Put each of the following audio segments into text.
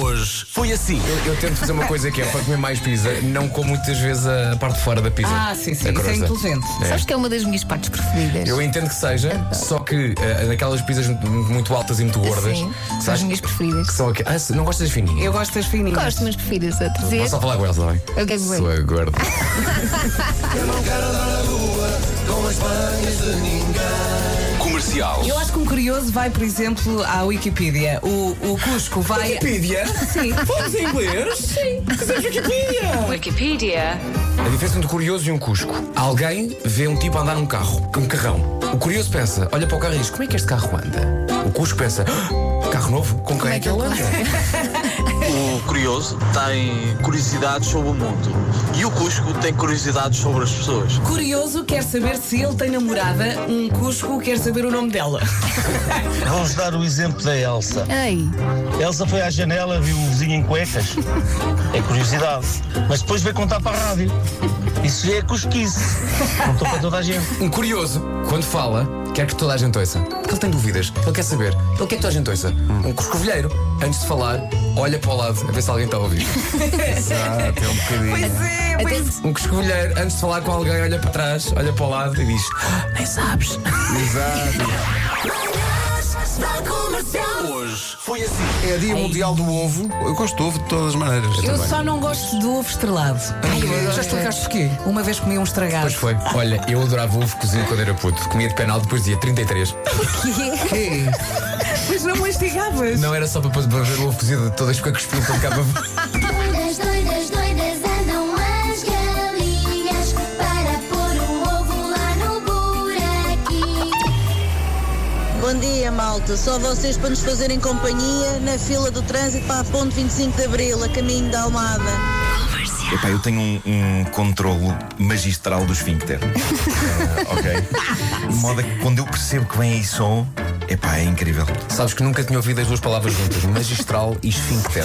Hoje foi assim. Eu, eu tento fazer uma coisa que é para comer mais pizza, não como muitas vezes a parte de fora da pizza. Ah, sim, sim, isso é grossa. inteligente. Sabes que é uma das minhas partes preferidas. Eu entendo que seja, só que eh, naquelas pizzas mu- muito altas e muito gordas, Sim, são sabes as minhas preferidas. que são aqui. Ah, se- não gostas das fininhas? Eu gosto das fininhas. Gosto, mas preferidas a Vou dizer. só falar com elas, está bem? Eu quero ver. Sou gordo. Comercial. Eu acho que um curioso vai, por exemplo, à Wikipedia. O, o Cusco vai. Wikipedia? Sim. Vamos em inglês? Sim. Wikipedia! Wikipedia. é A diferença entre um curioso e um cusco. Alguém vê um tipo andar num carro, um carrão. O curioso pensa, olha para o carro e diz: Como é que este carro anda? O cusco pensa: "Ah, Carro novo? Com quem é que ele anda? O curioso tem curiosidades sobre o mundo e o Cusco tem curiosidades sobre as pessoas. Curioso quer saber se ele tem namorada. Um Cusco quer saber o nome dela. Vamos dar o exemplo da Elsa. Ei, Elsa foi à janela, viu o vizinho em cuecas. É curiosidade. Mas depois veio contar para a rádio. Isso é cusquice. Contou para toda a gente. Um curioso, quando fala, quer que toda a gente ouça. Porque ele tem dúvidas, ele quer saber. Ele quer que toda a gente ouça. Um cuscovilheiro, antes de falar, olha para o lado a ver se alguém está a ouvir. Exato, é um bocadinho. é, até Um cuscovilheiro, antes de falar com alguém, olha para trás, olha para o lado e diz: "Ah, Nem sabes. Exato. Hoje foi assim. É dia mundial do ovo. Eu gosto do ovo de todas as maneiras. Eu também. só não gosto do ovo estrelado. Já explicaste porquê? Uma vez comi um estragado. Pois foi. Olha, eu adorava ovo cozido quando era puto. Comia de penal depois dia 33. Mas não mastigavas. Não era só para para ver o ovo cozido, todas com a cuspinha que acaba. Doidas, doidas, doidas andam as galinhas para pôr o ovo lá no buraquinho. Bom dia, malta. Só vocês para nos fazerem companhia na fila do trânsito para a ponte 25 de Abril, a caminho da Almada. Epá, eu tenho um, um controlo magistral do esfíncter. Ah, ok? De modo a que quando eu percebo que vem aí som, epá, é incrível. Sabes que nunca tinha ouvido as duas palavras juntas, magistral e esfíncter.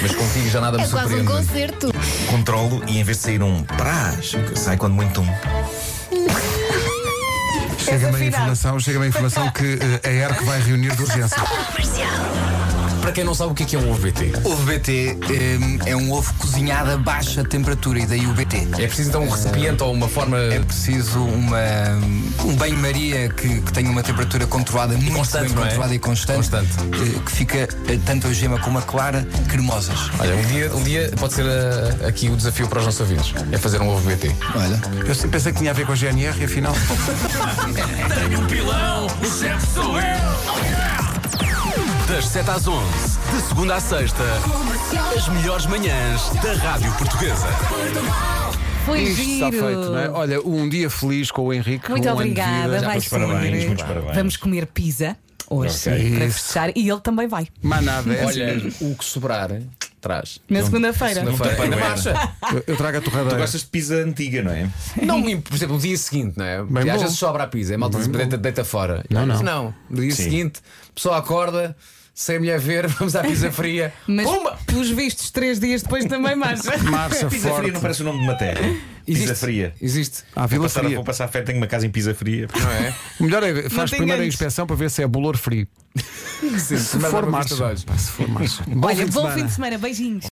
Mas contigo já nada me é quase um surpreende. concerto. Controlo e em vez de sair um trás, sai quando muito um. Chega-me a informação, chega-me a informação que eh, a ERC vai reunir de urgência. Para quem não sabe o que é que é um ovo BT, Ovo BT ehm, eh, é um ovo cozinhado a baixa temperatura e daí o BT. é preciso então um recipiente ou uma forma. É preciso uma, um banho-maria que, que tenha uma temperatura controlada, muito constante, bem não é? controlada e constante, Constante. eh, que fica eh, tanto a gema como a clara cremosas. Olha, um dia, um dia pode ser ah, aqui o desafio para os nossos ouvintes: é fazer um ovo BT. Olha, Eu sempre pensei que tinha a ver com a GNR e afinal. Das 7 às 11, de segunda à sexta, as melhores manhãs da Rádio Portuguesa. Foi Isto está giro. feito, não é? Olha, um dia feliz com o Henrique. Muito um ano de obrigada. vida. Vai muitos parabéns, ser. muitos parabéns. Vamos comer pizza hoje para Isso. fechar e ele também vai. Mas nada, é assim Olha, mesmo. o que sobrar, traz. Na segunda-feira. Segunda-feira. Na baixa. Eu, eu trago a torradeira. de pizza antiga, não é? Não, por exemplo, o dia seguinte, não é? Porque às bom. vezes sobra a pizza, a malta se deita, deita fora. Não, não. Mas não. No dia Sim. seguinte, a pessoa acorda, sem a mulher ver, vamos à pizza fria. Mas, Pumba! pelos vistos, três dias depois também marcha. Marcha Pizza fria não forte. parece o nome de uma terra. Pizza Existe. fria. Existe. À Vou Vila passar, Fria. vou passar a fé, tenho uma casa em pizza fria. Não é? O melhor é faz tem primeiro a ganhos. inspeção para ver se é bolor frio. Se for marcha. Pá, Se é for marcha. Bom Olha, fim de bom semana. fim de semana. Beijinhos.